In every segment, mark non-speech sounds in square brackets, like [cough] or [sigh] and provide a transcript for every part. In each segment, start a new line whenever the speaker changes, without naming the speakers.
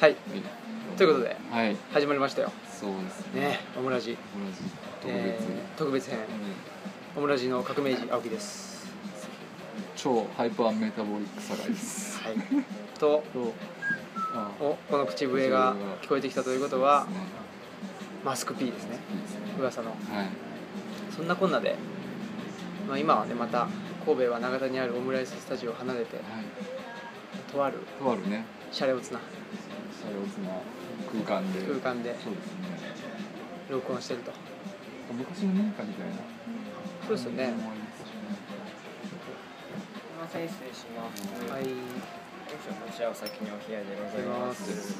はいということで
はい
始まりましたよ
そうですね
ねオムラジ
同じ特別、
えー特別編オムラジの革命児青木です
超ハイパーメタボリックサガイです
はい [laughs] と
とあ
おこの口笛が聞こえてきたということはマスク P ですね
そうですねいいですね
噂の
はい
そんなこんなで、まあ、今はねまた神戸は長田にあるオムライススタジオを離れて
はい
とある
とあるね
シャレオツな
シャレオツな空間で
空間で
そうですね
録音してると
昔の民家みたいな
そうですよね
思いますね
すみません失礼します。
はい
よいしょこちらお先にお冷やでございます。
い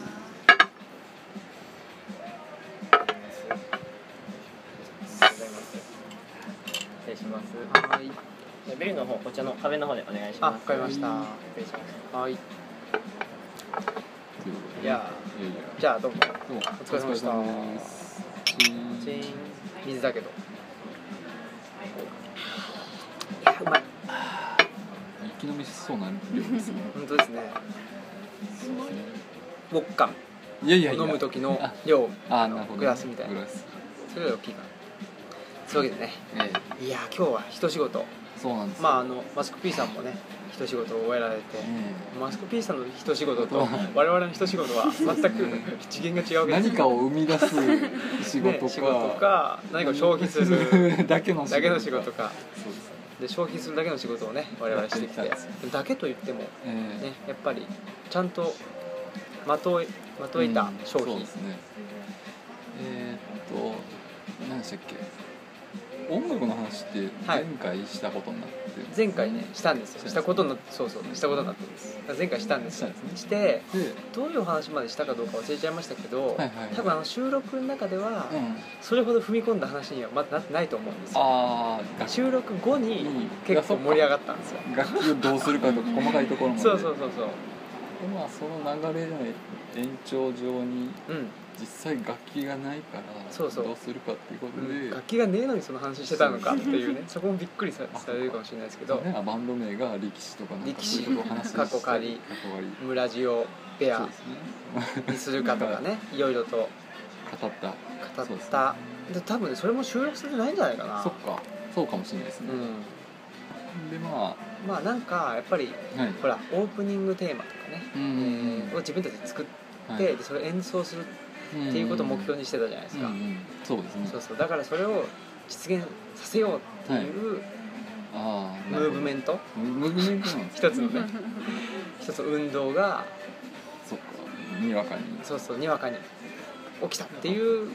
ただきます
ありがとうございます。失礼します。
はい
ビルの方こちらの壁の方でお願いし
あ
ます。
わかりました
失礼します。
はい
ということで
いや
いやいや
じゃあどうも
どうもお
疲れ様でした
疲れ様です
チーン水だけどいやうまい
生き延びしそうな量ですね
本当ですね
そうですね
ウォッカ
いやいやいや
飲む時の量
あなるほどね
グラスみたいな
グラス
それより大きいかなそういうわけでね
ええ
いや今日は一仕事
そうなんですよ
まああのマスク P さんもね一仕事を終えられて
え
マスク P さんの一仕事と我々の一仕事は全く次元が違う
え
わけです
何 [laughs] かを生み出す仕
ね
事か,、
仕事か何かを消費する
[laughs] だけの
だけの仕事
か
か
そうですね
で消費するだけの仕事をね我々してき
やっててきたん
だけと言ってもね
ええ
やっぱりちゃんとまといまといた商
うんそう
品
ですねえー、っと何でしたっけ音楽の話って
は
前
い
回したことになってるんです
前
よね、
回ねしたんですよしたことになってそうそうしたことになってるんです前回したんですよ
したんです
して
で
どういうお話までしたかどうか忘れちゃいましたけど、
はいはい
多分あの収録の中では、
うん
それほど踏み込んだ話にはまだなってないと思うんですよ
ああ楽
収録後に
うん
結構盛り上がったんですよ
楽器をどうするかとか細かいところまで
そうそうそうそう
でまあその流れの延長上に
うん、
実際楽器がないから
そうそう
どうするかっていうことで、
楽器がねえのにその話してたのかっていうねそこもびっくりさされるかもしれないですけど
ね、バンド名が力士とかなんかそういうことを話した
力士過去仮
過去仮
「ムラジオペ
そ
ア
うですね」
にするかとか
[laughs]
ねいろいろと
語った
語
そう
っ
ですね
たで多分ねそれも収録されてないんじゃないかな
そっかそうかもしれないです
う
ね、
ん
でま
まあなんかやっぱり
あはい
ほらオープニングテーマとかね、
う
え
ん
ーを自分たちで作って、
は
でそれ演奏するっ
ん
ていうことを目標にしてたじゃないですか、
うんうんそうですね
そうそうだからそれを実現させようっていう
ああ
ムーブメ
ン
ント、
トムーブメントなんですか
一つのね一つの運動が
そっかにわかに
そうそうにわかに起きたっていう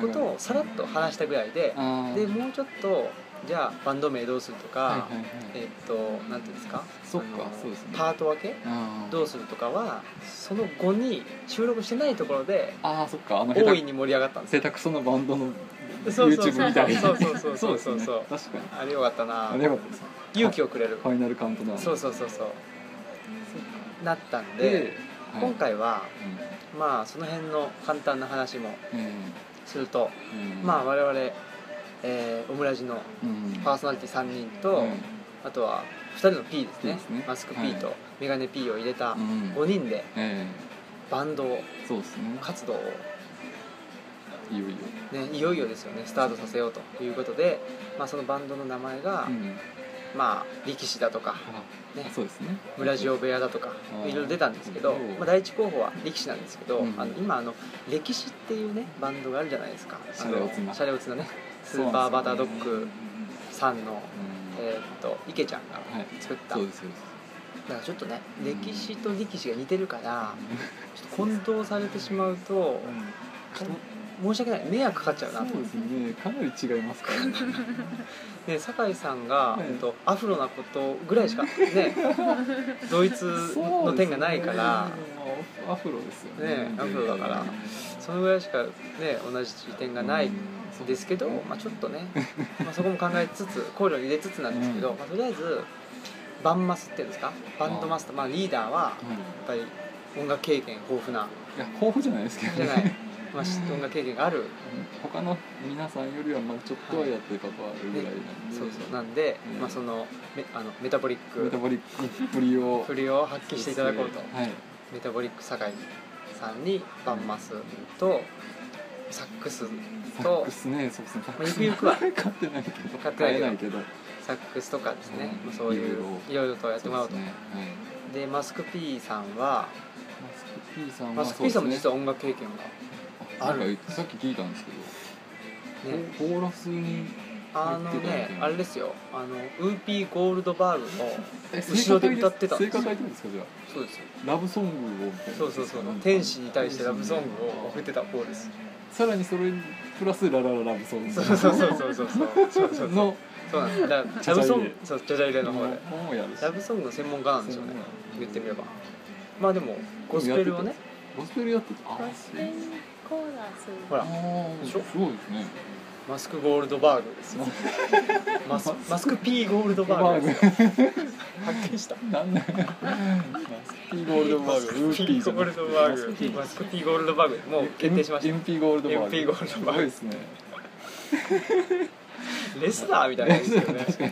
ことをさらっと話したぐらいで
あ
でもうちょっとじゃあバンド名どうするとか、
うはいはいはい
えっとなんていうんですか
そっ
あ
か
の
そうですね
パート分け
あー
どうするとかはその後に収録してないところで
あーそっかあの
大
下
い
手
に盛り上がったんですよ
下手くそのバンドの
そうそう
YouTube みたいな
そうそうそうそうそう
ですね
そう
確かに
あれよかったな
あれよかったです
勇気をくれる
ファイナルカウントダウン
そうそうそうそうなったんで、
はい
今回は
うん
まあその辺の簡単な話も
え
すると、
ーうん
まあ我々、えーオムラジの
うん
パーソナリティ3人と、
うん
あとは2人の P ですね
P ですね
マスク
は
P
い
とメガネ P を入れた
うん
5人で
え
バンド
えそうですね
活動を、
いよいよ
ね、いよいよですよねスタートさせようということで、まあ、そのバンドの名前が、
うん
まあ、力士だとか
あ
ね
そうですね
ムラジオ部屋だとか
うん
いろいろ出たんですけど、
うん
まあ、第一候補は力士なんですけど、
うん
あの今あの歴史っていうねバンドがあるじゃないですか
シャレオツな
あのシャレオツなねス
そう
ー
な
パーバ
んですよね
タードッグさんの、
うん
えーっと池ちゃんが
はい
作った、
そうですそうで
だからちょっとね
うん
歴史と力士が似てるからちょっと混同されてしまうと
す
申し訳ない迷惑かかっちゃうなと
そうですねかなり違いま
[laughs]
すからね
ね酒井さんが、
はい
えっと、アフロなことぐらいし
[laughs]
かねドイツの点がないから
そうですねまあアフロですよ
ねアフロだからそのぐらいしかね同じ点がないですけど、まあ、ちょっと
[laughs]
ね、まあ、そこも考えつつ考慮入れつつなんですけど、
うん
まあ、とりあえずバンマスっていうんですかバンドマスター、まあ、リーダーは
あ、うん
やっぱり音楽経験豊富ない
や豊富じゃないですけど
じゃ
ね
ない、まあ、し音楽経験がある、
[laughs] 他の皆さんよりはまあちょっとはやってることはあるぐらいなんで、
そうそうなんで、
うん
まあ、そのメあのメタボリッ
メタ
ク
ボリックっぷりを
振りを発揮していただこうと
はい
メタボリック堺にさんにバンマスとサックス
サッ
と
クスねそうですねサック
ゆ
ス
くゆくは
買ってないけど
買ってないけど
えないけど
サックスとかですね、
うん
まあそういういろいろとやってもらおうと
そですねはい
でマスク P さんは
マスク P さんは
マスク P さんも実
は
は音楽経験が、
あるさっき聞いたんですけど
ね、
コーラスに
あのねあれですよあのウーピーゴールドバーグの後
聖
ろ
歌
で
隊
歌ってたん
聖
です
歌
よ
隊ってことですかじゃ
そうですよ
あラブソングをみたいな
そうそうそう天使に対してラブソングを送ってた方 [laughs] です
さらにそれにプラスララララブソング
そうそうそうそうそうそうそうそう
の
そうなんですだから
ち
ラ
ゃちゃ入れ
ブソングそうちゃちゃ入れの方で
本をやるし
ラブソングの専門家なんですよね言ってみればまあでもゴスペルをね
ゴスペルやってたあ
ゴスペルコーラス
ほら
あ
で
ー
しょ
すごいですね
マスクゴールドバーグ
[laughs]
ですよマスマスク P ゴールドバー
バ
グ
ーグ
ですよ発見した
なんだよマスピーゴールドバーグウ
マ
ー
スク
ピー
P ゴ
じゃ
ー
な
ルドバ
くて
ーグマスク P ゴールドバーグもう決定しまし
MP ゴールドバーグ
MP ゴールドバーグ
すごいですね
たレスラーみたいなやつですよね
[laughs] 確かに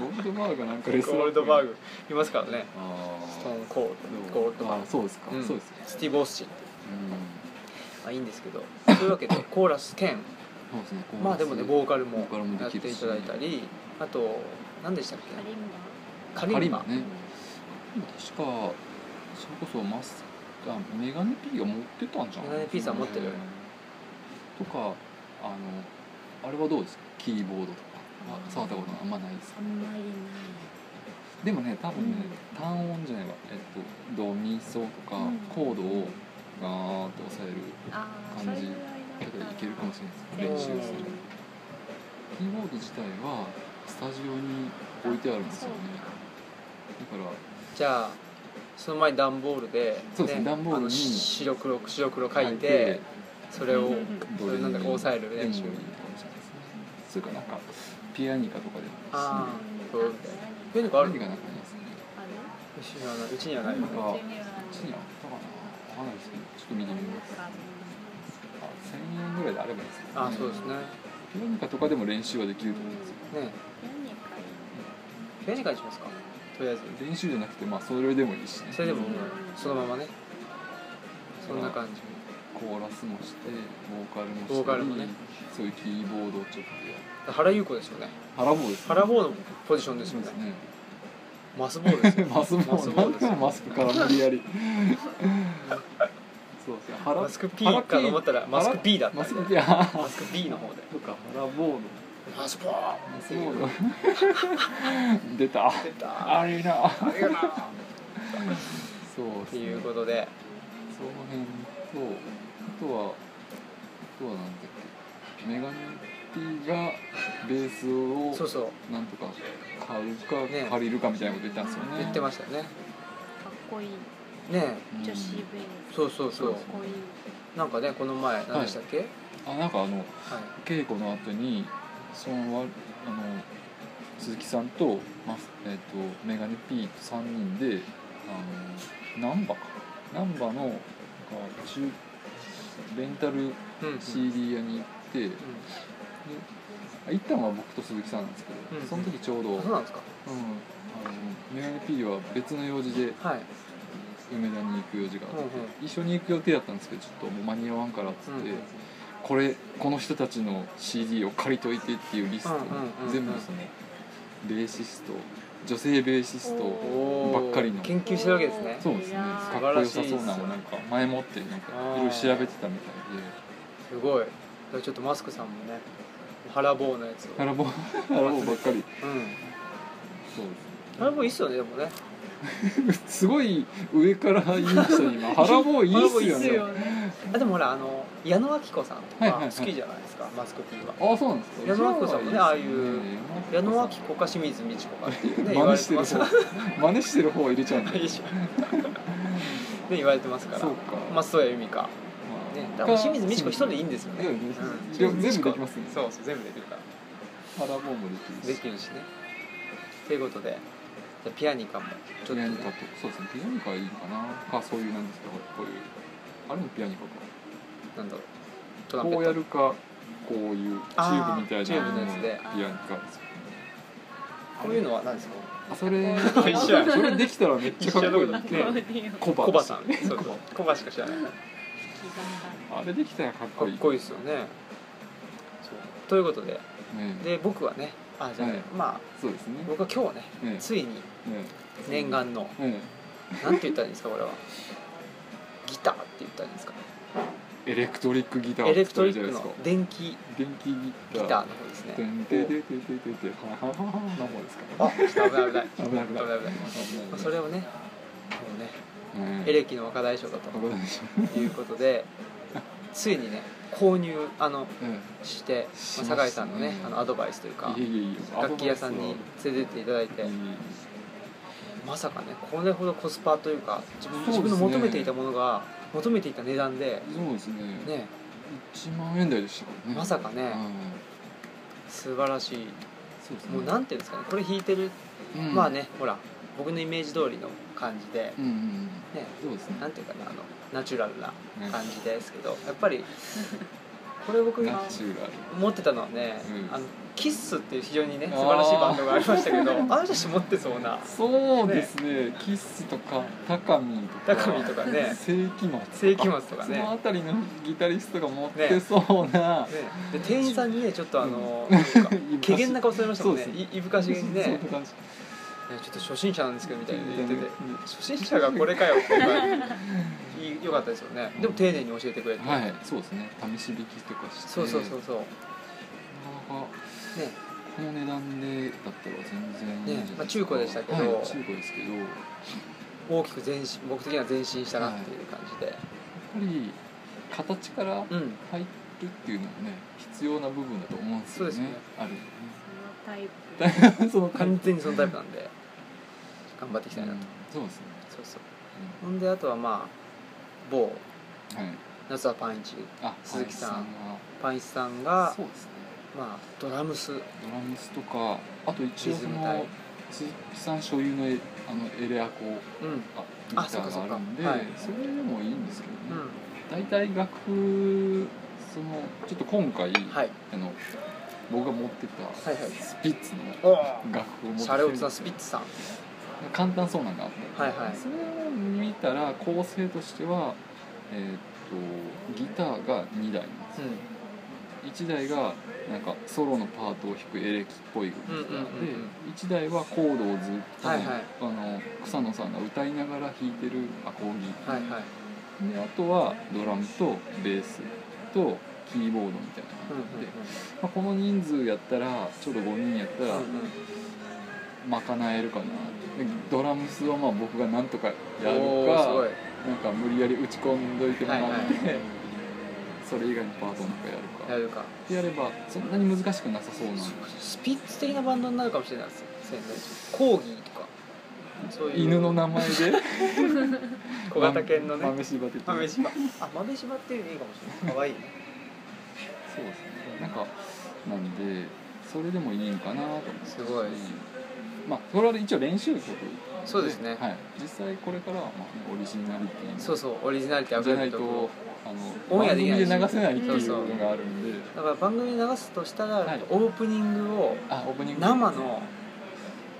ゴールドバーグなんかレス
ゴ
ラ
ールドバーグいますからね
あー
ストーンコールドゴールドバー
あそうですか、
グ、うん
そうですよ
スティーブ・オースチン
うん
まあいいんですけどそういうわけでコーラス兼
そうですね
まあでもねボーカルも
ボーカルも
や
で
っ
き
て
る
い
した
だいたりあと何でしたっ
カリ
け
ン
カ
カ
リ
リ
ン
マ
マ
ね確かそれこそマスあメガネ P が持ってたんじゃない
メガネ P さん持ってる
とかあのあれはどうですかキーボードとかは触ったことあんまないです
バあんまりない
でもね多分ね、単音じゃないわえっとドミソとか、
うん
コードをガーッと押さえる
ああそれ
感
ぐ
じ
らい
だけ
だ
どいけるかもしれ
れ
ない
な
で
い
す練習するキーボード自体はスタジオに置いてあるんですよねだから
じゃあその前に段ボールで、
そうですね段ボールに
あの白黒白黒書いてそれをそれなんだか抑える練習
でもいいかもしれないですねそれかなんかピアニカとかでも
あ
あ
そう
う
みたいなそういうのがある
何
う
がなくなりますね
あ
ちにはなうちにはない
何
の
か
か
こ
る
っちにあったかなわかんないですけどちょっと見てみますあ1000円ぐらいであればいいですけど
あそうですね
ピアニカとかでも練習はできると思うんですよ
ね何かにしますかとりあえず
練習じゃなくてまあそれでもいいしね
それでももうそのままねそんな感じ
コーラスもしてボーカルもして
ボーカルもね
そういうキーボードをちょっとや
原優子ですよね
腹棒ですね
原坊のポジションです
そ
よ
う
ね
ですね
マスボーですよ
マス
マ
ボ
ス
ー
ボ
な
ー
ん
ですよ
かマスクから無理やりそうですね腹
マスク P かと思ったらマスク B だった
マ
み
ス
たいな
ク P あ
マスク B の方で
とか腹棒の
マスボー
マスボード
[laughs]
出た
出た
あれな
ありがとう
そうで
っ
す
て
ね
いうことで
その辺とあとはあとはなんだっけメガネ P がベースを
そうそう
なんとか買うか、
ね
借りるかみたいなこと言ったんですよね
言ってましたよね
かっこいい
ね
うん
女子ベース
そうそうそう
かっこいい
なんかねこの前何でしたっけ、はい
あなんかあの稽古の後にそのわあの鈴木さんと,、まえっとメガネ P と3人であの難波か難波のなんか中レンタル
うんうん
CD 屋に行って、であ一旦は僕と鈴木さんなんですけど、
うん
その時ちょうど、うん
あ
あ
そう
の
なんですか
メガネ P は別の用事で
はい、
梅田に行く用事があって、
うんうん
一緒に行く予定だったんですけどちょっともう間に合わんからっつって、
うんうん
これこの人たちの CD を借りといてっていうリストに
うんうんうんうん
全部そのベーシスト女性ベーシストばっかりの
研究してるわけですね
そうですね
いやー
かっこよさそうなのをなんか前もってなんかいろいろ調べてたみたいです
ごいだからちょっとマスクさんもね腹棒のやつを、
ハラ
[laughs]
ボハラボばっか
うん、
りそう
腹棒いいっすよねでもね
ですね [laughs] すごい上から言いましたね今ハラボいいっすよね
ね
あでもほらあの矢野明子さんと
はいはいは
か
い
好きじゃないですか、マスク P は
ああそうなんですか
矢野明子さんもねああいう矢野明
子
子か清水美智子かって
[laughs]
いうね言われ
真似しててる
ます
方真似してる方入れちゃうんだ
いいじゃんね言われてますから
そうか
まあそうや由美か
ま
ね
あ、
だから清水美智子一人でいいんですよね、
う
うんん、
全部できますね
そうそう全部できるから
ハラボもできる
で
し
きるしねということでじゃあピアニカもちょっと、
ピア
ね
ニカと、そうですねピアニカはいいのかなかそういうなんですけどこういうあれもピアニカか
なんだろうトランペ
こう
ッ
や
ト
るかこういうチューブみたいな
あーチューブのやつで
ピアニカですよね
こういうのは何ですか
あそれ
かっこいい
一緒や
それできたらめっちゃかっこいい
一緒だ
コーデ
ね
ィオ
コバ
コバさん
[laughs]
そう
コ
コバしか知らないか
バあれできたらかっこ
っ
いい
こい
い
いですよねそうということで
ね
で僕はねあじゃあ、
はい
まあ
そうですね
僕は今日はね
ね
ついに
ね
念願の
ね
なんて言ったらいいんですかこれはギターって言ったらいいんですか
エレクトリックギター
エレクトリック
を
の
作った
電気
じゃないですか電気
ギ
ギ
ター
タ
の方です
ーて
ね
んてててててててはははははの方ですか
あちょっと危ない危ない
危ない
危
危
な
ないい
危ないまあそれをねもうね
ね
エレキの若大将だ
危ないでしょ
ということでついにね購入あの
ね
して、
し
まあ、
ましたね
酒井さんのねあのアドバイスというか
いえいえいえ
楽器屋さんに連れてっていただい
アド
て
バイスはいい
まさかねこれほどコスパというか自分,、
そうですね
の求めていたものが求めていた値段で
そうですね
ね
1万円台でしたからね
まさかね
はい
素晴らしい
そうですね
もうなんていうんですかねこれ弾いてる、
うん
まあねほら僕のイメージ通りの感じで
うんうんうん
ね
そうですね
なんていうかなあのナチュラルな
ね
感じですけどやっぱりこれ僕
ナ
が
チュラル
持ってたのはね、
うん
あのキッスっていう非常にね素晴らしいバンドがありましたけどあの人たち持ってそうな
そうですねキッスとかタカミーとか
高見とかね
世紀末
世紀末とかね
そのあたりのギタリストが持ってそうな、
ね、で店員さんにねちょっとあの、
[laughs]
なんか怪げな顔されましたもんね
そうです
いいぶかしげにね
そう
い
い
や
う感じ
ちょっと初心者なんですけどみたいに言ってて
ね
初心者がこれかよっていう感じいいよかったですよねでも丁寧に教えてくれて、
はいそうですね試し弾きとかして
そうそうそうそう
なかなか
ね
この値段でだったら全然いいんじゃない
ねまあ中古でしたけど
はい、中古ですけどやっ
大きく前進僕的には前進したなっていう感じで、
ぱり形か
う
ら
ん
入るっていうのもね必要な部分だと思うんですよね
そうですね
ある
[laughs]
よ
タイプ
ねその
完全にそのタイプなんで頑張っていきたいなと、
うんそうですね、
そうそうほんであとはまあ某
うんはい
夏はパンイチ
あ
鈴木さん
林
パンイチさん
が
が
そうですね
まあドラムス
ドラムスとかあと一応そ
リズム隊
の鈴木さん所有のエあのエレアコ
うん
あギタ
あそうか
ーがあるんで
そうか
そ
はい
れでもいいんですけどね、
う
大体楽譜そのちょっと今回、
んはい
あの僕が持って
は
た
いはい
スピッツの
おお
楽譜を持って
シ
きて
ャレオツ
る
なスピッツさん
簡単そうなのがあったんで
はいはい
それを見たら構成としては、えー、とギターが2台なんですよ
う
1台がなんかソロのパートを弾くエレキっぽいギターで、
うんうんうんうん
1台はコードをずっと、
はいはい
あの草野さんが歌いながら弾いてるアコーギ
んはいはい
であとはドラムとベースとキーボードみたいな
うんう
感じで、
ん
まあ、この人数やったらちょうど5人やったら
うんうん
賄えるかなでドラムスはまあ僕がなんとかやる
おーすごい
かなんか無理やり打ち込んどいてもらって、
はいは
それ以外のパートなんかやるか
やるか
ってやればそんなに難しくなさそうな
スピッツ的なバンドになるかもしれないです宣伝コーギーとかそういう
犬の名前で
小型犬のね
豆柴的な
豆柴あ豆柴っていうのいいかもしれない可愛いね
そうですねなんかなんでそれでもいいんかなと思って
すごい
まあそれは一応練習曲
そうですね
はい、実際これからはまあ、ね、オリジナリティ
そうそうオリジナリティあふ
じゃ
れ
な
る
い
曲
と
を
あの
オンエアできないし
番組で流せないっていうのがあるんで
だから番組に流すとしたら、
はい
オープニングを
あオープニング
生の、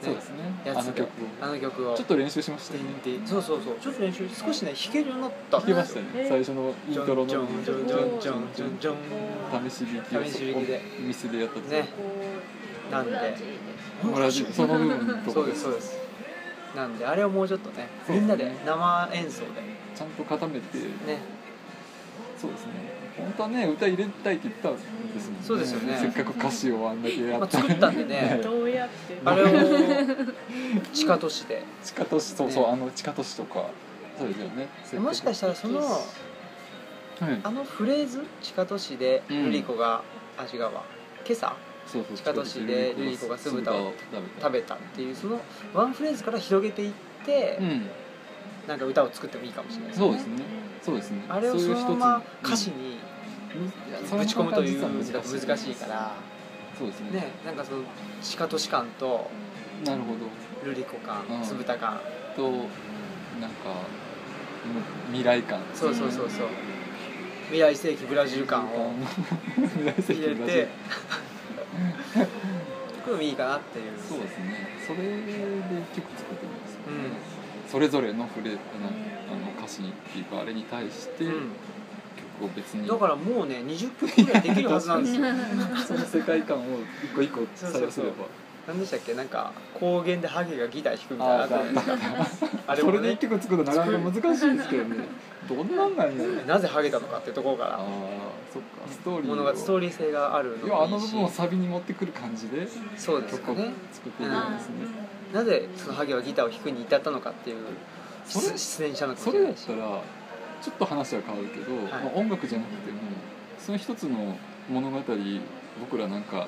そうですね
や
あ
つ
の
で
曲を
あの曲を
ちょっと練習しましたね
そうそうそうちょっと練習少しね弾けるようになった
弾けましたね
え
最初のイン
ジ
トロ
ョンジョ
の
ンジョンジョンジョンジョンジョン
試し弾きを
試し弾きで
お店でやったん
ね
こう
なんで
ブラジル
同じその部分と
そ
か
うで
ですす
そうですなんであれをもうちょっとね
そう
み
ですね
んなで生演奏
ちゃんと固めて
でね
そうですね本当はね歌入れたいって言ったんですもんね
そうですよね
せっかく歌詞をあんだけや
ま
っ
あ、
た
作ったんで
[laughs]
ね
どうやって
あれを地下都市で
地下都市そうそう、
ね
あの地下都市とかそうですよね
もしかしたらその
たら、はい、
あのフレーズ地下都市で
うん
ルリコが、あ違うわ今朝
そうそう
地下都市でルリ子が酢豚を食
べ
べたっていうそのワンフレーズから広げていって、
うん
なんか歌を作ってもいいかもしれないですね
そうですねそうですね
あれをそのまま歌詞にぶ
ぶ
ち込むというのが難しいから
そうですね
ねなんかその地下都市感と
なるほど
ルリコ感
うん
酢豚感
となんかむ未来感
そうそうそうそう未来世紀ブラジル感を
[laughs] 未来世
入れ
紀ブラジ
て
ル
くのもいいかなっていう
そうですねそれで曲作ってみます、
うん
それぞれのフレあのあの歌詞っていうかあれに対して
う
曲を別
ん、
に
だからもうね20曲ぐらいできるはずなんですよ
その世界観を一個一個採用すれば
何でしたっけなんか高原でハゲがギター弾くみたいなのあったじゃないですかあれ
[laughs] そ
も
れで一
ね
曲作るのなかなか難しいですけどねどんなんなんやろ
なぜハゲたのかってところか
ああ
ら
そっかストーリーを
物がストーリー性があるの
要
も
はあの
いい
部
し
分をサビに持ってくる感じで
そうです
曲
よ
を
ね
作っているんですね、
なぜそのハゲはギターを弾くに至ったのかっていう
それ
出出演者の
それだったらちょっと話は変わるけど、
い
まあ、音楽じゃなくてもその一つの物語僕らなんか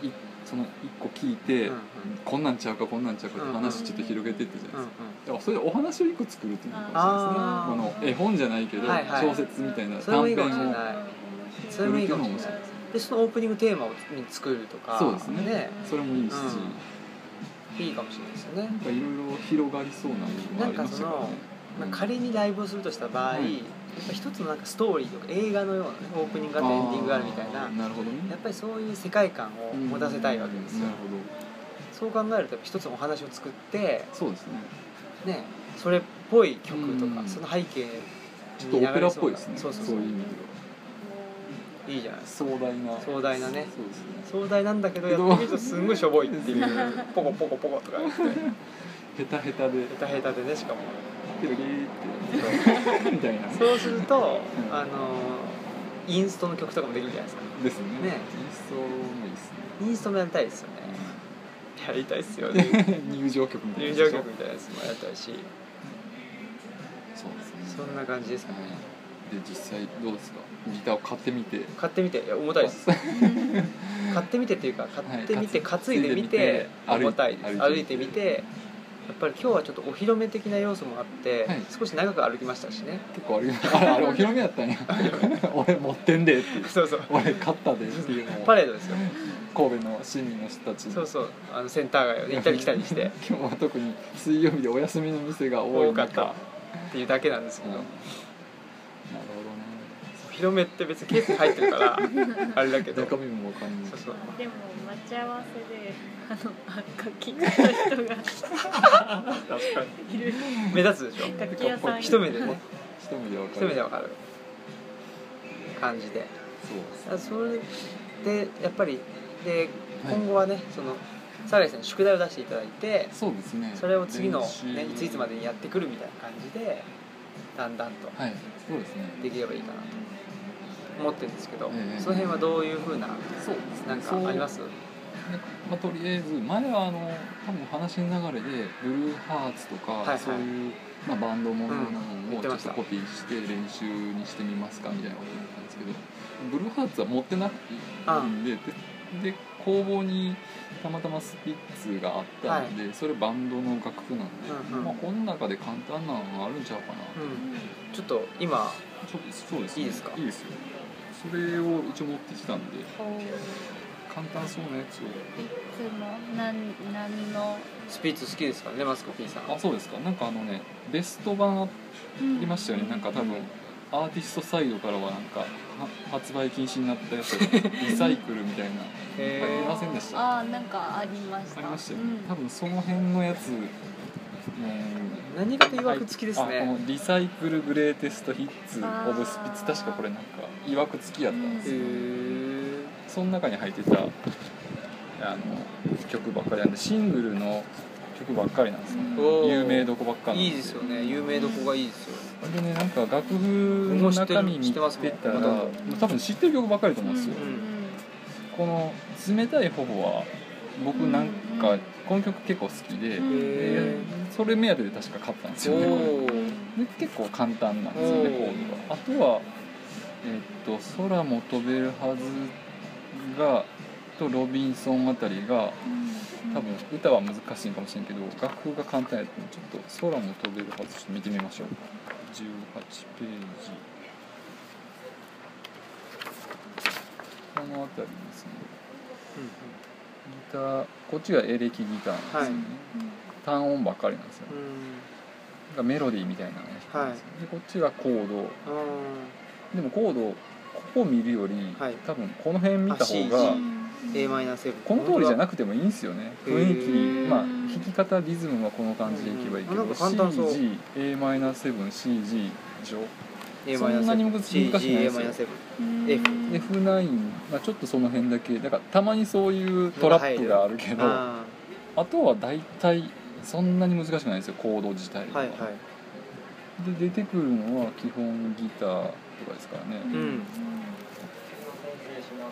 でいその一個聞いて、
うんうん
こんなんちゃうかこんなんちゃうかって話ちょっと広げていったじゃ
う
なんいですか
うん、
だからそれでお話を一個作るっていうのも
あー
面白いですねあの絵本じゃないけど、
はいはい
小説みたいな
それ
短
もいい
編
かも
を
しれないそれもいいかもしれないでそのオープニングテーマを作るとか
そうですねそれもいいし、
うん
なん
いいかもしれないですよね
かいろいろ広がりそうな部分はありましたけどね
まあ、仮にライブをするとした場合、
うん
やっぱ一つのなんかストーリーとか映画のようなねオープニングがあってエンディングがあるみたいな
あーなるほどね
やっぱりそういう世界観を持たせたいわけですよ、
なるほど
そう考えるとやっぱ一つのお話を作って、
そうですね
ね、それっぽい曲とか、
うん
その背景
ちょっと
に流
オ
れそうな
ペラっぽいですね
そうそう
そ
そうう
いう意味で
いいじゃない
は
ですか
壮大な
壮大なね
そうですね
壮大なんだけどやってみるとすんごいしょぼいっていうポコポコポコとかやって
ヘタヘタで
ヘタヘタでねしかも
テレビ
[laughs]
ってみたいな
そうすると
うん
あのインストの曲とかもできるじゃないですか
ですね
ね
演奏もいいです
インストもやりたいですよねやりたいっすよ
[laughs]
ね [laughs]
ね入場曲みたいな
入
やつ
場
でしょ
曲みたいなやつもやりたいし
そうですね
そんな感じですかね
で実際どうですかギターを買ってみて
買ってみていや重たいです買ってみてっていうか買ってみて
はい
担いでみて
担いでみて
重たいです
歩
歩
い
いてみてやっぱり今日はちょっとお披露目的な要素もあって
はい
少し長く歩きましたし
[laughs]
ね
結構あれあれあれお披露目やったんや [laughs] 俺持ってんでっていう
そうそう
俺買ったでっていうのを
パレードですよ
神戸の市民の人たちに
そうそうあのセンター街をね行ったり来たりして
[laughs] 今日は特に水曜日でお休みの店が多い
多かった
中
っていうだけなんです
う
け
んな
ど
る
お披露目って別にケースに入ってるから
[laughs]
あれだけど
ほどね
そ
中
う
身もわかんない
そう
でも待ち合わせであの楽器の人が
確かに
いる
目立つでしょ
楽器屋さん
一目でね
一目でわか
一
る
目でわかる感じで
そうです
あそれでやっぱりで
はい
今後はねその酒井さんに宿題を出していただいて
そうですね
それを次の、
練習
ね、いついつまでにやってくるみたいな感じでだんだんと
はいそうですね
できればいいかなと思ってるんですけど、
ええ
その辺はどういうふうな
そうですね
なんかあります
まあ、とりあえず前はあの多分話の流れでブルーハーツとか、
いはい
そういう、まあ、バンドものな
うん
の
言っ
をち
て
ょ
ま
っ
した
とコピーして練習にしてみますかみたいなことだったんですけどブルーハーツは持ってなくていいんででで工房にたまたまスピッツがあったんで、それバンドの楽譜なんで、
うんうん
まあ、この中で簡単なのがあるんちゃうかな、
うんちょっと今
ちょっとそうです、
いいですか
いいですよそれを一応持ってきたんで
こうい
簡単そうなやつを。
つも何何の
スピッツ好きですからねマスコピーさん
あそうですかなんかあのねベスト版ありましたよねなんか多分アーティストサイドからはなんかは発売禁止になった
[laughs]
やつリサイクルみたいなあり
へ
ませんでしたあ
ああなんかありました
りましたよ、
う
ね
ん
多分その辺のやつも
ー何かといわくつきです
あこ
ね
のリサイクルグレーテストヒッツオブスピッツ確かこれなんかいわくつきやったんです
へ
よ、
ー
その中に入ってたあの曲ばっかりなんでシングルの曲ばっかりなんですよ、
うん
おー
有名どこばっかりなん
いいですよね有名どこがいいですよ
でねなんか楽譜の中身見
僕
て
も知ってる知って
た
ま
ら
す
もう多分知ってる曲ばかりだと思うんですよ、
ん
この「冷たい頬」は僕なん
う
か
ん
この曲結構好きで、
うん
へ
それ目当てで確か買ったんです
ー
よねこ
おー
れで結構簡単なんですよね
お
コ
ー
ードがあとはえっと「空も飛べるはずが」と「ロビンソン」あたりが多分歌は難しいかもしれんけど楽譜が簡単やったんでちょっと空も飛べるはずちょっと見てみましょう18ページこの辺りですね
う
ギターこっちがエレキギターなんですよね、単音ばっかりなんですよ
んうん
なんかメロディーみたいなのが弾いてますよ、でこっちがコード
うんうん
でもコードここ見るより、
はい
多分この辺見た方
あ
が
C A マイナーセブン
この通りじゃな
く
くてもいいんですよね
へ
雰
ー
囲気まあ弾き方リズムはこの感じでいけばいいけど、
うんなんか簡単そう
CGAm7CG 上
A
そ
マイナ
んなに
ー
難しく
セ
な
ブン
いで
CGA
すよ
マイナーセブン F
F9 がちょっとその辺だけだからたまにそういうトラップがあるけどあ
あ
とは大体そんなに難しくないんですよコード自体
ー
は、
はいはい
で出てくるのは基本ギターとかですからね、
ん
失礼しま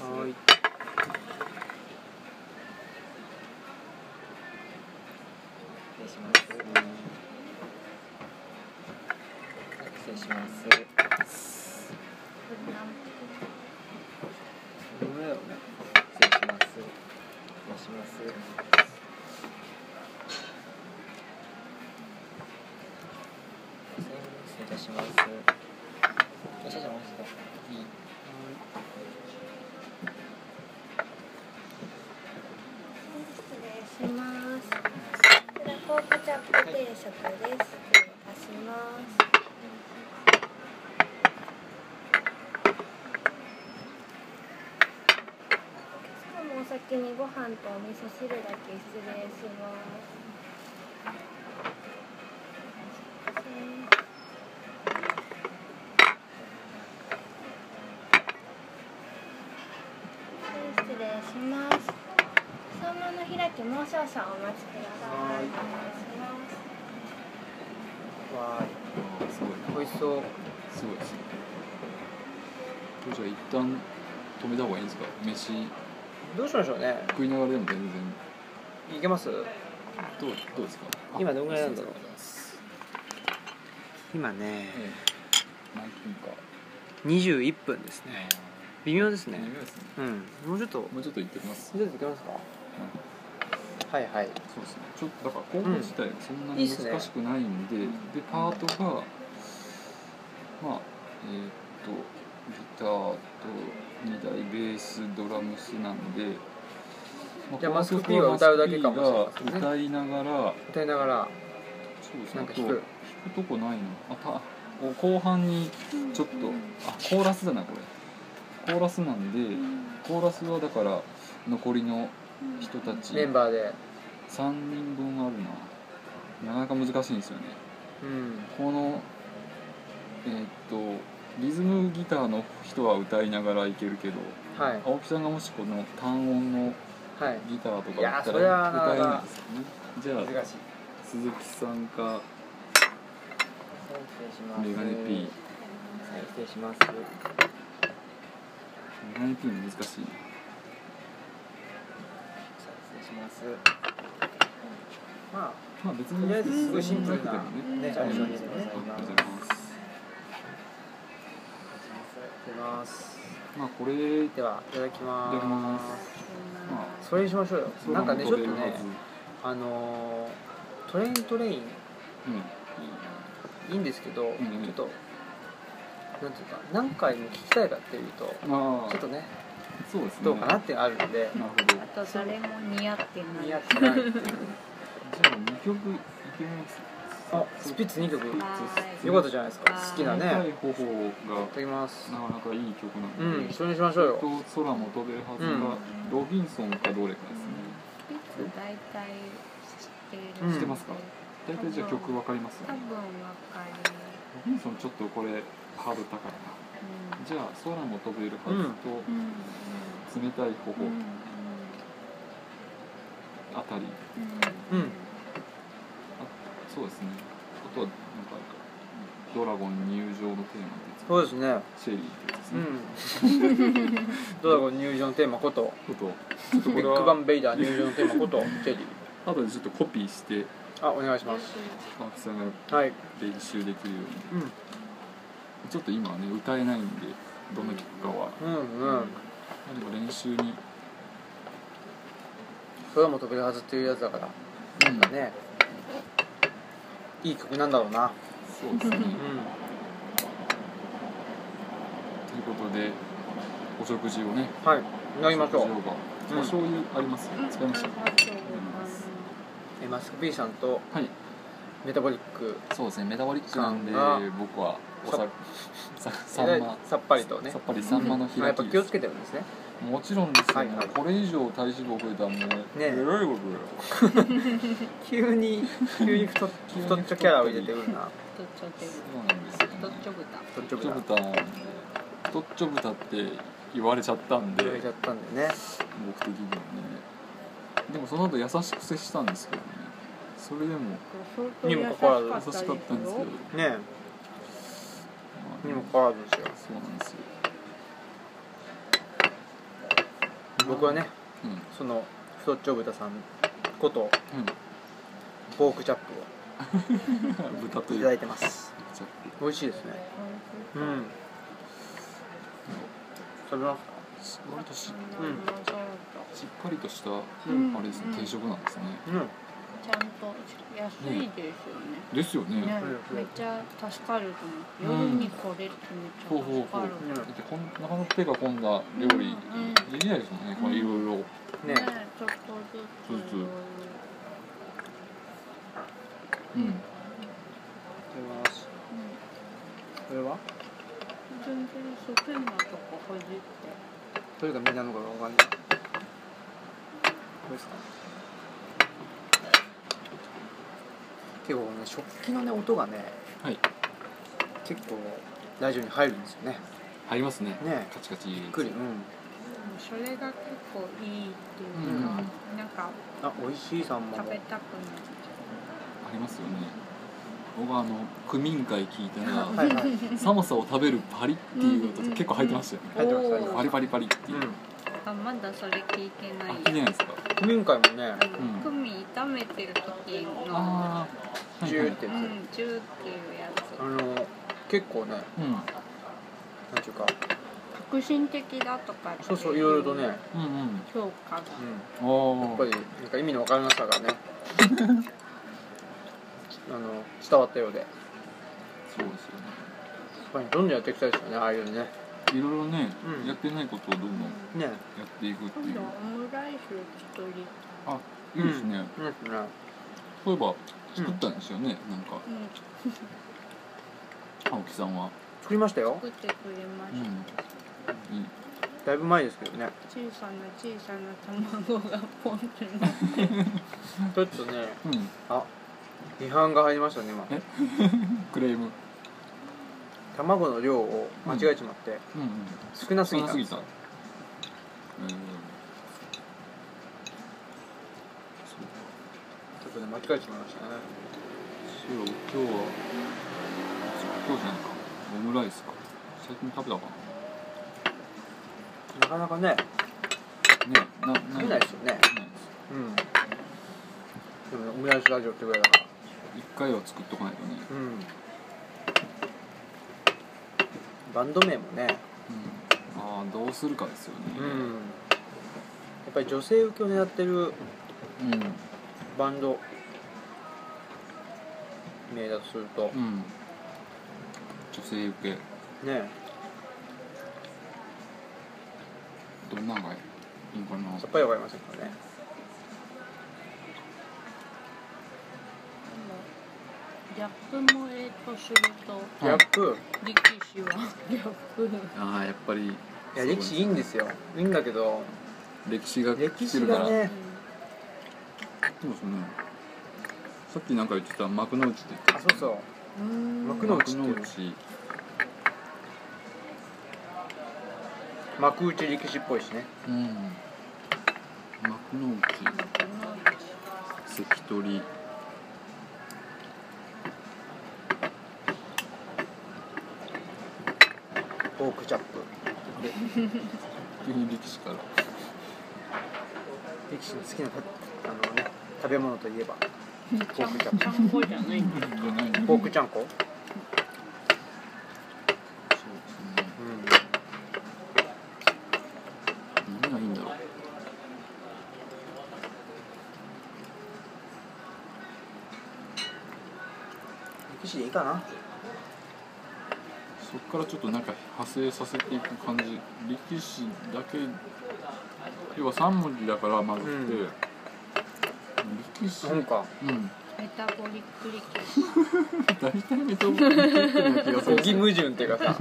す。はい、失礼いたします。
はい
失礼します。失礼します。
ダメだよね
失礼します。失礼します。失礼いたします。おしゃじゃん、おしゃじゃん。
失礼します。こちらポークチャップ定食です。お願いいたします。今日もお酒にご飯とお味噌汁だけ失礼します。失礼します。相馬の開きもう少々お待ちくださ
はい
い。
わ
すご
ーい
い
美味しそう
すごいですねこれじゃあ一旦止めた方がいいんですか飯
どうしましょうね
食いながらでも全然
いけます
どうどうですか
今どんぐらいなんだ
だ
ろう
ろう
今ね
ええ何分か
21分ですね微妙ですね
微妙ですね
うんもうちょっとも
もうちょっと行ってきます
うちょっといけますかはいはい
そうですねちょっとだからコード自体がそんなに難しくないんで、でパートがまあえーっとギターと2台ベースドラムスなんで、ま
じゃあマスク P は歌うだけかもしれませんね
マスク P が歌いながら
歌いながら
そうですね
なんか弾く
あと弾くとこないのあたお後半にちょっとあコーラスだなこれコーラスなんでコーラスはだから残りの人たち
メンバーで
3人分あるななかなか難しいんですよね
うん
このえーっとリズムギターの人は歌いながらいけるけど
はい
青木さんがもしこの単音の
はい
ギターと
い
か
や
だ
ー
った
それはなか
ら
なか
歌えないですよねじゃあ
しい
鈴木さんか
失礼します。
メガネ P
はい、失礼します。
メガネ P も難しいな
失礼します。
ま
まあ別
あ
に
とりあえずすごいシンプル
でも
な
ね
ね
あ
あ
り
れなん
がとう
ですよ
ござい
ね
ありがとうご
ま
ざ
す
い。ます
いただきます
まあこれ
ではいただきま
いただきま
ーす
まあ
それにしましょうよなんかねちょっとね
うん
あのートレイントレインいいんですけど、
んうん
ちょっとなんていうか何回も聞きたいかっていうと
まあ
ちょっとね
そうですね
どうかな
な
っ
る
ていうのあるので
ほど
あと誰も似合ってない
似合ってない
じゃあ二曲いけます。
あスピッツ2曲
はーい
よかったじゃないですか好きなね
はいい方法が
ただきます
なかなかいい曲なんで。
うん
ち
そ
ょっ
れにしましょうよ
と空も飛べるはずが、
うん
ロビンソンかどれかですね。
いつ大体知ってる、
うん知って
ますか大体じゃあ曲わかりますよ
多
ね。
分わ
ロ
か
ビンソンちょっとこれハード高いな。
る、うん
じゃあ空も飛べるはずと
うん
冷たい方
うんう
法あ
ん
たり、
う
うんん
そうですね。あとはなんかドラゴン入場のテーマですか。
そうですね
シェリーって
う
やつですね。 [laughs]
んドラゴン入場のテーマこと
あと
[laughs]
ちょっとこ
ビ
れ
ッグバ
は
ンベイダー入場のテーマ
[laughs]
ことチェリー
あとでちょっとコピーして
あお願いします
青木さんが
はい
練習できるように
うん
ちょっと今はね歌えないんでどの曲かは
うんうん
でも練習に、うん、
空も飛べるはずっていうやつだからねいい曲なんだろうな
そうですね
うん
ということでお食事をね
はい飲みましょ
お
うう
食事が
ん
お醤油あります使いました
あそうなんだ
えマスク B さんと
はい
メタボリック
そうですねメタボリックなんで
さんが
僕はおさささ
え
ん
らい
ま
さっぱりとね
さっぱりさんま
ま
の
あ
開
やっぱ
き
気
で
を
す
つけてるんですね
もちろんですよ、
はいはい
これ以上体脂肪増えたらもう
え
えらいことよ
急に [laughs] 急に太っ
急に
太っちょキャラを入れてくるな
太っちょてる
そうなんですよ
太っちょ豚
太っち
太
ょキャ
っちょ
ラ
豚なんで太っちょ豚って言われちゃったんで
入れちゃったんでね
僕的にはねでもその後優しく接したんですけどねそれでも
相当
にもかかわらず
優しかったんです
ね
けど、まあ
えにもかかわらずですよ
そうなんですよ、
僕はね
うんうん
その太っちょ豚さんことポークチャップを
豚とい
いうただ
か
いてます
ちょっ
美味しいですねうん食べますか
と割と
う
し
ん
しっかりとした、
ん
あれですね定食なんですね、
うん
ちゃんと安いですよね、
ですよね
ね
うん
めっちゃ助かると思
う
う、
ん
夜にこれってめっちゃ助かる、
ほ
うん
だってこんなかなか手が込んだ料理
うん
できないですもんね、これいろいろ
ね
ねちょっとず
ち
つ
ょっうん
食べますこれは
全然外のとこほじって
どれが身なのかがわかんないこれですか結構ね食器のね音がね
はい
結構ラジオに入るんですよね
入りますね
ね
カチカチびっ
びっくりうん
それが結構いいっていうか、なんか
あ美味しいさんまも
食べたく
ありますよね僕はあの区民会聞いたら、
はいは
[laughs]
い入って
寒さを食べるパリっていう音結構入ってましたよね、
ます入って
うん
ます
パリパリパリっていうう、
ん
なるあまだそれ聞いてな
あ
い
聞いてないですか
古民家もね
うん
クミ炒めてる時の
ああ
ジューって
う
や
んジューっていうや
つあの結構ねなんていうか
つ革新的だとかって
そうそういろいろとね
うんうんうん
評価
うん
あ
やっ
ー
ぱりなんか意味のわからなさがね [laughs] あの伝わったようで
そうですよね
やっぱりどんどんやっていきたいですよねああいうのね
いろいろね、
うん
やってないことをどんどんや
ね
っていくってい
今
う
度オムライス一人
あいいですね、
うんね
そういえば作ったんですよね、なんか
うん
青木さんは、
作りましたよ
作ってくれま
う
し
ん、いい
だいぶ前ですけどね
た、小さな小さな卵がポンってなって
ちょっとね
うん、
あ批判が入りましたね今
えクレーム、
卵の量を間違えちまって、
うんうん、
少なす
少
ぎ
な
た
すぎた、うん、
ちょっとね間違えちまいましたね
そう今日は今日じゃないかオムライスか最近食べたか
なかなかね
なねな
食べないですよね
ないで
うんでもねオムライスラジオってぐらいだから
す一回は作っとかないとね、
うんバンド名もね
うん、ああどうするかですよね
うんやっぱり女性受けを狙ってる
うんうん、
バンド名だとすると、ね
女性受け
え
どんなのがいいんかな
さっぱりわかりませんからね
ギャップもえっとすると
ギャップ
力士はギャップ
ああやっぱり
いや歴史いいんですよいいんだけど
歴史が
歴
来て
史
るから
がね
そうですねさっきなんか言ってた幕の内って言って
あそうそう
うーん
幕の内っていう
幕内
幕内力士っぽいしね
うん幕の内
幕の
関取
フォークチャップ
急に力士から
力士の好きなたあの、ね、食べ物といえば
内ちゃんちゃんこじゃないんだ
じゃないんだ
フォークちゃんこ、
そうですね
うん、
何がいいんだろう
力士でいいかな
そこからちょっとなんか派生させていく感じ力士だけ要は3文字だからまずって、
うん
力士
そうか
うん
メタボリックリケ
大体メタボリックな気がす
語
る
義矛盾っていうか
[laughs]
さ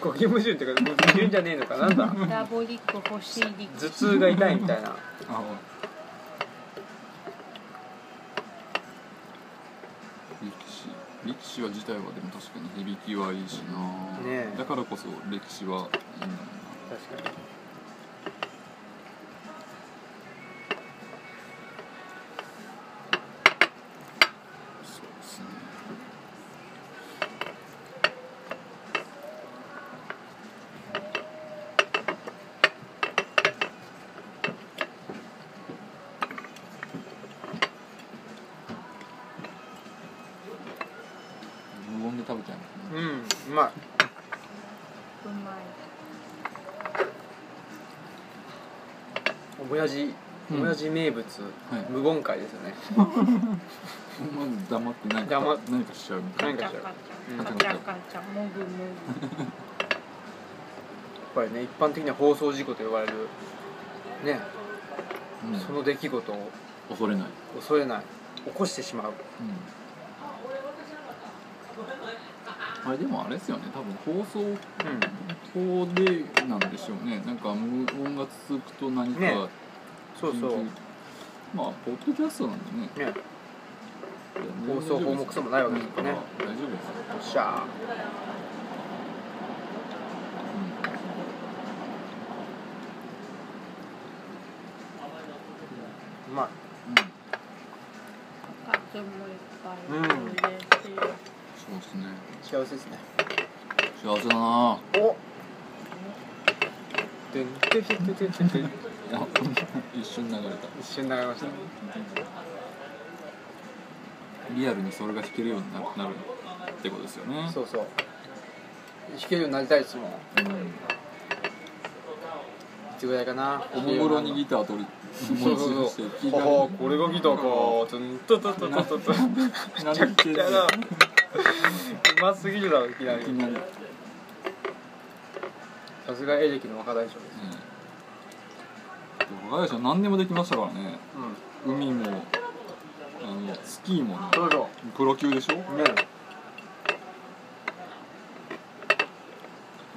語義矛盾っていうか矛盾じゃねえのかなんだ
メタボリック欲しいリ
頭痛が痛いみたいな
あ歴史歴史は自体はでも確かに響きはいいしな、
ねえ
だからこそ歴史はいいんだろう
確かに
なそうですね無言で食べちゃいます
う
ね
んうまいう
ま
親父
うん
親父名物、
はい
無言会ですよね
まず黙って何か
黙っ
何かしちゃうみたい
い
なん
な
カ
か
チャカチ
うん
ャカチャカチャもぐも
やっぱりね一般的には放送事故と言われるね
うん
その出来事を
恐れない、
恐れない起こしてしまう
あれでもあれですよね多分放
うん
送法でなんでしょうねなんか無音が続くと何か緊急、
ねそうそうね
まあポッドキャストなんでね
放送法もクソもないわけですからね
大丈夫ですよ、
よっしゃーうまい
うん、
ぐカツもいっぱい
うん
嬉しい
そうですね
幸せですね
幸せだな
おでんてててててて
あ一瞬流れた
一瞬流れました
リアルにそれが弾けるようにななるってことですよね
そうそう弾けるようになりたいですもんい
うん
つぐらいかな
おもむろにギター取り
そうそう
し
[laughs]
て
そう
弾いたり
ああこれがギターかつんとととととと [laughs]
なん
めちゃくちゃな
で弾けるの
うますぎるだろいきなり
いきなり
さすがエレキの若大将です
若林は何でもできましたからね
うん
海もあのスキーもね
どうぞ
プロ級でしょ
ね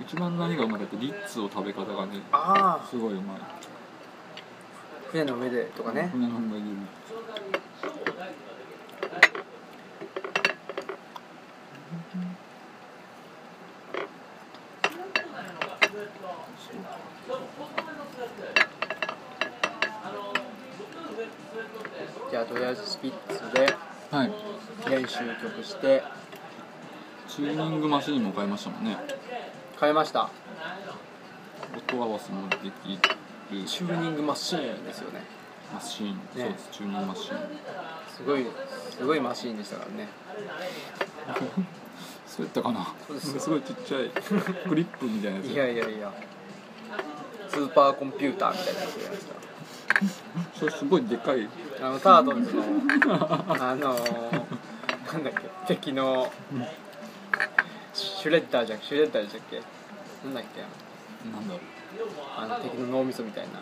一番何がうまいかってリッツの食べ方がね
ああ
すごいうまい
船の上でとかね
こんなのがいる
じゃあとりあえずスピッツで
はい
練習曲して
チューニングマシーンも買いましたもんね
変えました
音合わせもできる
チューニングマシーンですよね
マシーン、そうですチューニングマシーン
すごいすごいマシーンでしたからね
そうやったかな
そう
[laughs]
ですよ
ごいちっちゃいクリップみたいなやつ
いやいやいやスーパーコンピューターみたいなやつじゃないですか
それすごいでかい
あのタートルズのあのー、なんだっけ敵のシュレッダーじゃんシュレッダーでしたっけなんだっけ
なんだろう
あの敵の脳みそみたいな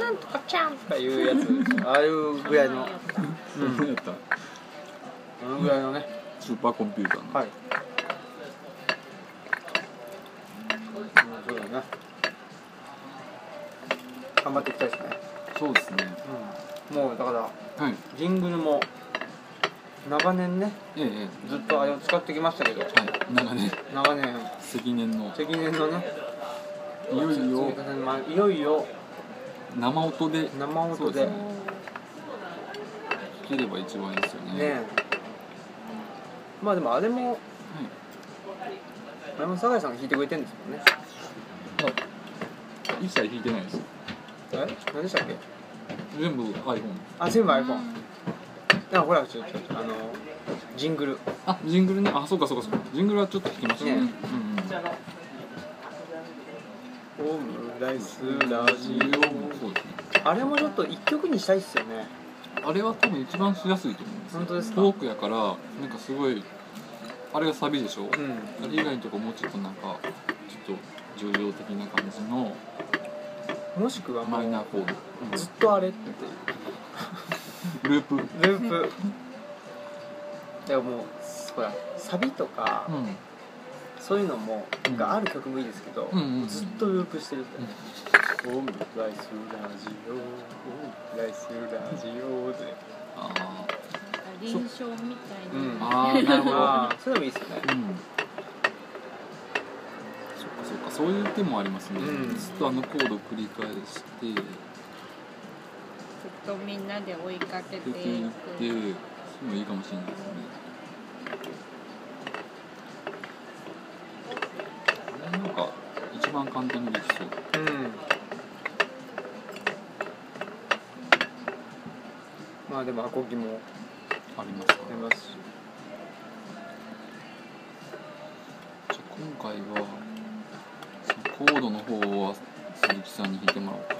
なんとかちゃん
とかいうやつああいうぐらいの
それやった
あのぐらいのね
スーパーコンピューターの、
はいそうだね頑張っていきたいですね、
そうですね
うん、もうだから
はい
ジングルも長年ね
えええ
ずっとあれを使ってきましたけど
えはい長年
長年
積年の
積年のね
いよいよ
まあいよいよ
生音で
生
そう
音
です
で
ね
ね
聴ければ一番いいですよね
まあでもあれも
はい
あれも酒井さんが弾いてくれてるんですもんね
あ一切弾いてないです
え何でしたっけ
全部 iPhone
あ全部 iPhone あほらちょっとあのジングル
あジングルねあそうかそうかそうかジングルはちょっと弾きましたね
ね
うんうん
「オムライスラ
ジ
ジ
ングルもそうですね
オ」あれもちょっと一曲にしたいっすよね
あれは多分一番しやすいと思うんですよ
本当ですか
フォークやからなんかすごいあれがサビでしょ、
うん
あれ以外のとこもうちょっとなんかちょっと叙情的な感じの
もしくは
マ
も
イ
う
ナーコード、
ずっとあれっていう
ループうん
ループでももうほらサビとか、そういうのも、
うん
がある曲もいいですけど、
うんうんうん
ずっとループしてるんだよね「オムライスラジオオムライスラジオ」で
あ
臨床みたいな、
うん
あーなるほど
ああそういうのもいいですよね
ーうんそっかそっかそういう手もありますね、
うん
ずっとあのコードを繰り返して
ずっとみんなで追いかけて
出
い
ていっ
く
てそういうのいいかもしれないですねこれなんか一番簡単にできそう
うんまあでもアコギも
ありますか
出ますし
じゃあ今回はそのコードの方は鈴木さんに弾いてもらおうか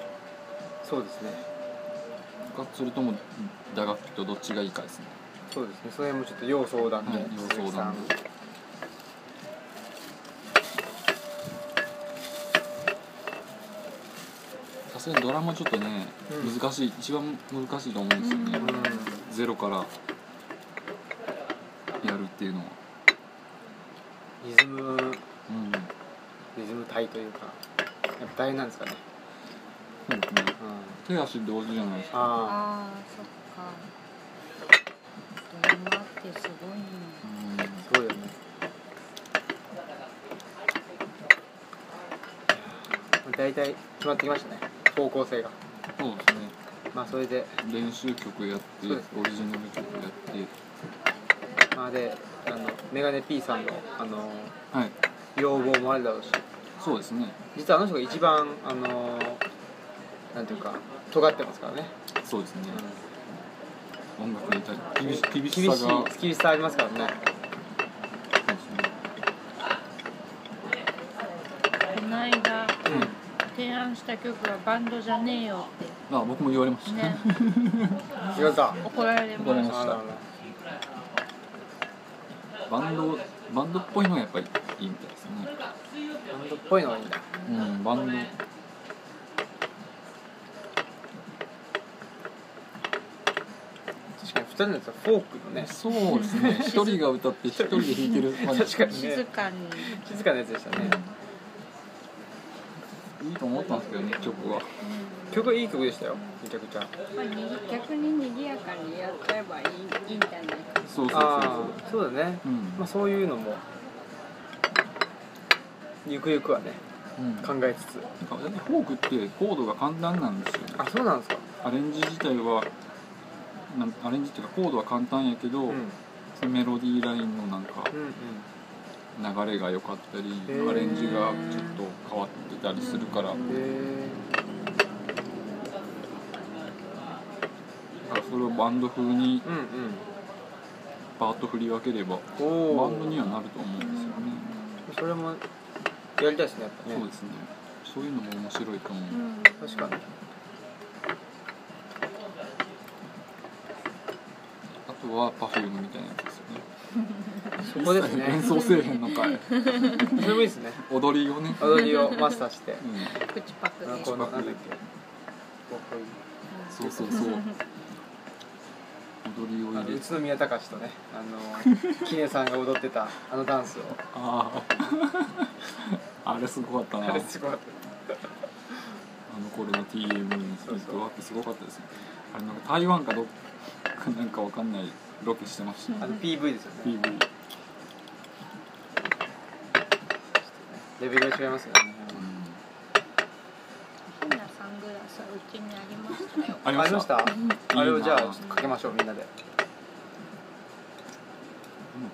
そうですね
かそれとも打楽器とどっちがいいかですね
そうですねそれもちょっと要相談で、
はい要相談で
鈴木さん
さすがにドラマちょっとね、
うん
難しい一番難しいと思うんですよね、
うん
ゼロからやるっていうのは
リズム
うん
リズム体というかやっぱ大変なんですかね、
そうですね
うん、
手足同時じゃないですか
ああ
ああそっかドラマってすごいな
うん
そうよねいやー大体決まってきましたね方向性が
そうですね
まあそれで
練習曲やって
そうです
オリジナル曲やって
まあであのメガネ P さんのあの
はい
要望もあるだろうし
そうですね
実はあの人が一番あのなんていうか尖ってますからね、
そうですね
うん、
音楽に対厳し厳し
厳し
さが
い厳しさありますからね
そうですね
こないだ
うん
提案した曲はバンドじゃねえよっ
あ僕も言われましてた、 [laughs]
ね
言われた
怒られ
怒られ
ま
まし
し
たたバンドバンドっぽいのがやっぱりいいみたいですね
バンドっぽいのがいいんだ
うんバンド
確かに2人のやつはフォークのね
そうで
[laughs]
すね一人が歌って一人で弾いてる感じ
確かに
静かに
静かなやつでしたね、
うんいいと思ったんですけどね曲は
曲はいい曲でしたよめちゃくちゃ
まあにぎ逆に賑やかにやっちゃえばいいいいんじゃないか
そうそうそう
ああそうだね、
そううん、
まあ、そういうのもゆくゆくはね
うん、なん
考
か
えつつ
フォークってコードが簡単なんですよね
あそうなんですか
アレンジ自体はなんアレンジっていうかコードは簡単やけど、
うんうん
そのメロディーラインのなんか
うん
流れが良かったり
へー
アレンジがちょっと変わってたりするから
へえ
だからそれをバンド風に
うん
パート振り分ければ
うん
バ
おお
ンドにはなると思うんですよね
それもやりたいですねやっぱ
そう
ね
ですねそういうのも面白いと思う、
うん
確かに
あとは Perfume みたいなやつですよね
そこですね
演奏せえへんのかい
それもいいですね
踊りをね、
踊りをマスターして
うん、
口パクで
あこのなんだっけこうこういう
そうそうそう踊りを
あ
入
の
れ
宇
て
都宮隆とねあの
[laughs]
キネさんが踊ってたあのダンスを
あああれすごかったな
あ
あ
れ
の
すごかった
頃の TM のネットワークすごかったですねあれなんか台湾かどっかなんかわかんないロケしてました
あの PV ですよね
PV
レベルが違いますよね
うん
変なサングラスはうちにありましたよ
あり
あ
ま
りま
し
したたあれをじゃあち
いい
ょ
な
っとかけましょうみんなで
も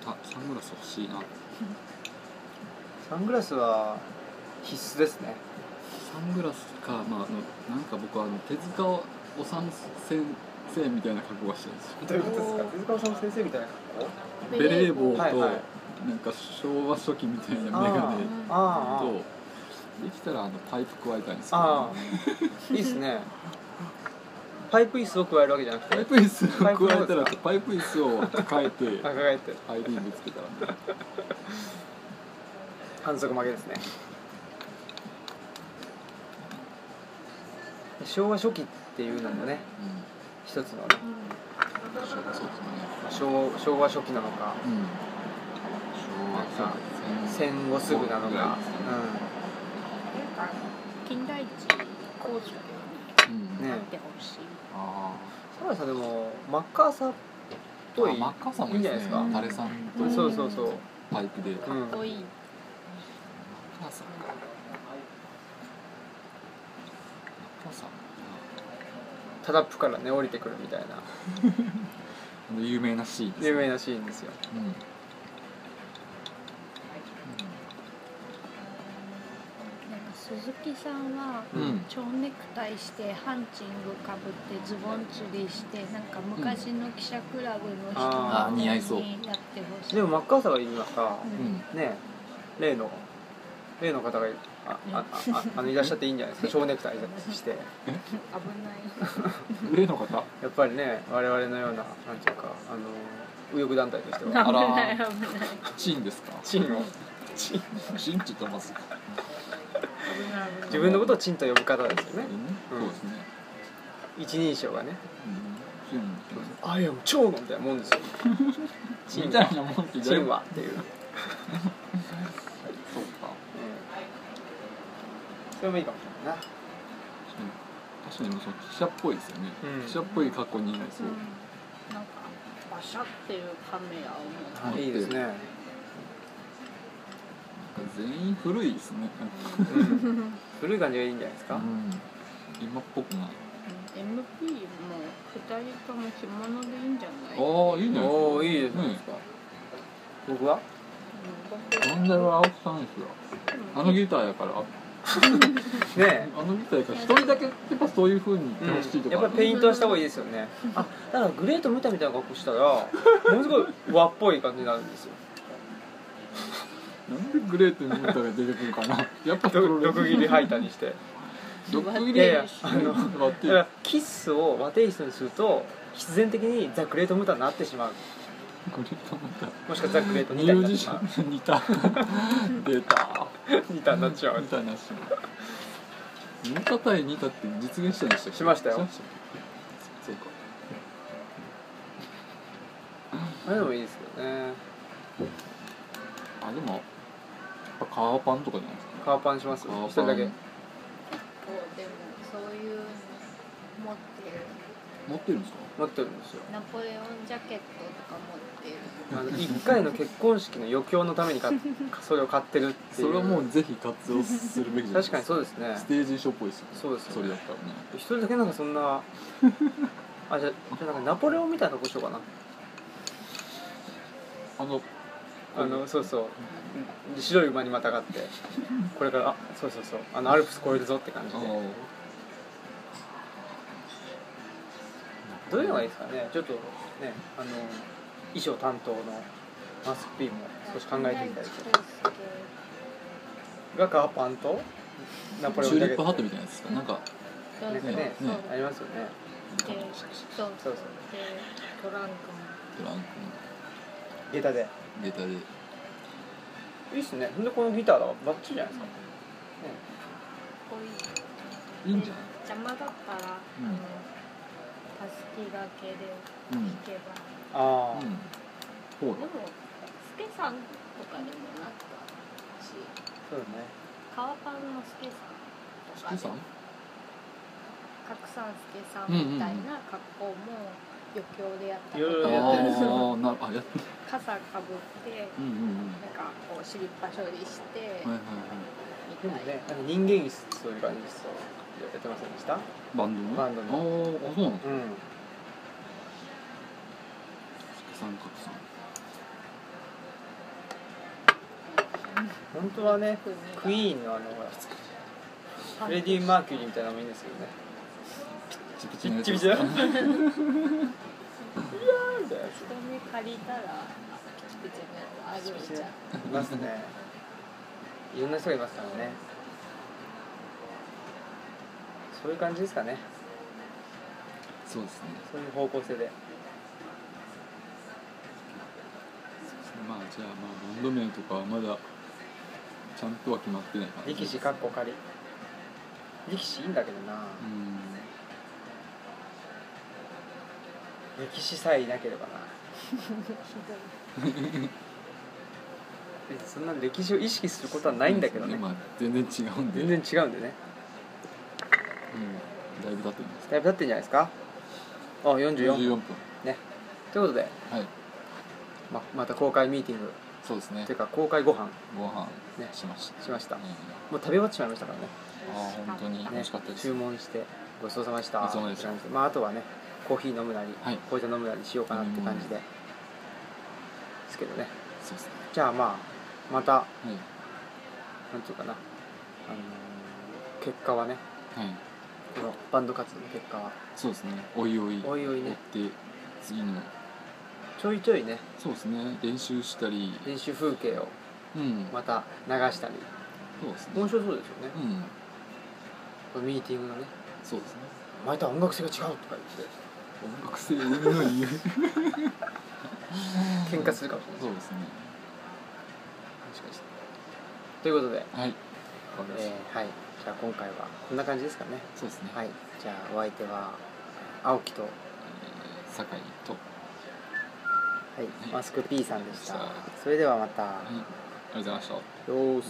うたサングラス欲しいな
サングラスは必須ですね
サングラスかまああのなんか僕はあの手塚治虫先生みたいな格好がしてるんですよ
どういうことですか手塚治虫先生みたいな格好
ベレー帽と、
はいはい
なんか昭和初期みたいなメガネ
あー
とできたらあのパイプ加えたいんですけど
あーいいですねパイプ椅子を加えるわけじゃなく
パイ
て
プ椅子
パイプ
を加えたらパイプ椅子を抱えて
抱えて
アイリーンぶつけたらね
反則負けですね昭和初期っていうのもね
う
一つのね
そうかそうですね
昭昭和初期なのか
うん
なんか
昭和戦
戦後すぐなのか、
金田一工事
うん
ね
食べてほしい。
あ
うん、ラさんでもマッカーサーっぽい
あマッカーサーもいいですね
いいんじ
ゃないです
タ
か
レさん
ー
と
そうそうそう、
パイプで
う
マッ
ん
かっこいい。
カーサーかマッカーサー
タラップからね降りてくるみたいな
あの有名なシーンです
有
ね
名なシーンですよ
うんうん
なんか鈴木さんは。
うん
うん
蝶ネクタイしてハンチングかぶってズボン釣りしてなんか昔の記者クラブの人
あ
ー似合いそう
にやってほしい
でもマッカーサーが今さ
う
うん
ん
ね例の例の方がああああのいらっしゃっていいんじゃないですか蝶ネクタイしてや
危
例の方
っぱりね我々のようななんていうかあの右翼団体として
な
はい
危
あら
ない危ない
シーンですか
チンをチン
シーンって言ったらまずい
危ない危ない
自分のことをチンと呼ぶ方ですよね
そうですね
一人称がね
うん
「あいや蝶の」みたいなもんです [laughs] よチ
シーンみ
ン
た
はい
なもんって
チ
だい
ン
ぶ
はっていう、
そうか
それもいいかもしれないな
確かにその記者っぽいですよね、
うん
記者っぽい格好にいそうう、
んなんかバシャっていうカメラを持って
はい
いいですね、
全員古いですね、
うん、古い感じがいいんじゃないです
う
か、
ん、今っぽくない
MP も二人とも着物でいいんじゃないうん
ああいいね
おおいいじゃないですか、僕は
僕
なんだろう青木さんですよあのギターやからあ
ね
のギターやから一人だけやっぱそういう風にいって
え、
ほしいとか、
やっぱりペイントはした方がいいですよねあだからグレートムタみたいな格好 [laughs] したらものすごい和っぽい感じになるんですよ
なんでグレートにギターが出てくるかなやっぱプロ
ど
レス
毒切り吐いたにして
毒切
い
り
やいやあの
割って
だからキッスを和テイストにすると必然的にザ・グレートムタになってしまう
グレートなんか
もしくはザ・グレート
ミ
ニタにな
ュー
って
ジ
し
シ
まう
ャンに似た出た
ニタになっちゃう
似たなし似た対似たって実現したんでしたっけ
しましたよ
そうか
あれでもいいですよね
あでもやっぱカーパンとかじゃないですか
カーパンします
カーパン
一人だけ
こうでもそういうの持ってる
持ってるんですか
持ってるんですよ
ナポレオンジャケットとか持ってる
あの1回の結婚式の余興のために
[laughs]
買っそれを買ってるっていう
それはもうぜひ活用するべきじゃないで
確
すか
かにそうですね
ステージ衣装っぽいですよね
そうです
そ
よ
れだ
ね
ったらね
一人だけなんかそんなあじゃあじゃあなんかナポレオンみたいなことしようかな
あの
あのそうそう白い馬にまたがってこれからあそうそうそうあのアルプス越えるぞって感じ
あ
で
の
どういうのがいいですかねちょっとねあの衣装担当のマスクピーも少し考えてみたいですがカーパンとナポレオ
チュ
ン
ー
ジ
リ
ャケ
ップ
ッ
ハ
ト
ットみたいなやつですかなんか
なんかね
ね
そう
ありますよね
でそうそうそうでトランクも
トランク
下駄で
のデータで
いいっすねほんでこのギターだバッチリじゃないですか
こういう
いいんじゃ
邪魔だったら、
うん
あのたすきがけで
ないうん
弾けば、
ああ、
うんほ
でもスケさんとかでもなったし
そうだね
川パンのスケ
ら
さん
スケ
と
さ
か
ん
で角さんスケさんみたいな格好も余興でやったり
いろい
あ
ろや
あ
ってるんですよ
ーなあやって
傘かぶって
うんうんうん
なんかこう尻っぱ処理して
はいはいはい
で
み
も
たいな、
ね、なんか人間椅子そういう感じですやってませんでした
バンドの
バンドの
あーあそうなの
うん
三角さん
本当はね
特に
クイーンのあのほらフレディ・マーキュリーみたいなのもいいんですよね
ピチピチ
ピ
のや
ッ
つ
チ
で
ピ
す
チ
か
だいやーみたいなやつ
人に借りたらピチピチのやつあげちゃう
いますねいろんな人がいますからねそういう感じですかね
そうですね
そういう方向性で
まあじゃあまあバンド名とかはまだちゃんとは決まってない感じ
力士かっこ仮力士いいんだけどな
うん
歴史さえいなければな別にそんな歴史を意識することはないんだけどね
今全然違うんで
全然違うんでね
うん、だいぶ経ってます
だいぶ経ってんじゃないですかあ44
14分
ねということで
はい
ままた公開ミーティング
そうですね
というか公開ご飯
ご飯
ね
しました、
しました
うん
もう食べ終わってしまいましたからね
ああ本当に美味しかったです、
注文してごちそうさまでした
ごちそうさまでした
って感じまああとはねコーヒー飲むなり、
はい
紅茶飲むなりしようかなって感じで、ですけどね
そうですね
じゃあまあまた
はい
なんていうかな、あのー結果はね
はい
このバンド活動の結果は
そうですねおいおい
おいおい
追っ
ね
て次の
ちょいちょいね
そうですね練習したり
練習風景を
うん
また流したり
そうですね
面白そうですよね
うん
このミーティングのね
そうですね
「毎回音楽性が違う」とか
音楽性云々
[laughs]
言う
言って喧嘩するかもしれない
そうですね
もしかしてということで、
はいわかりまし
え
た
ーはいじゃあ今回はこんな感じですかね
そうですね、
はいじゃあお相手は青木と、は
えー酒井と
い、マスク P さんでした
はい
それではまた
はいありがとうございました
よーし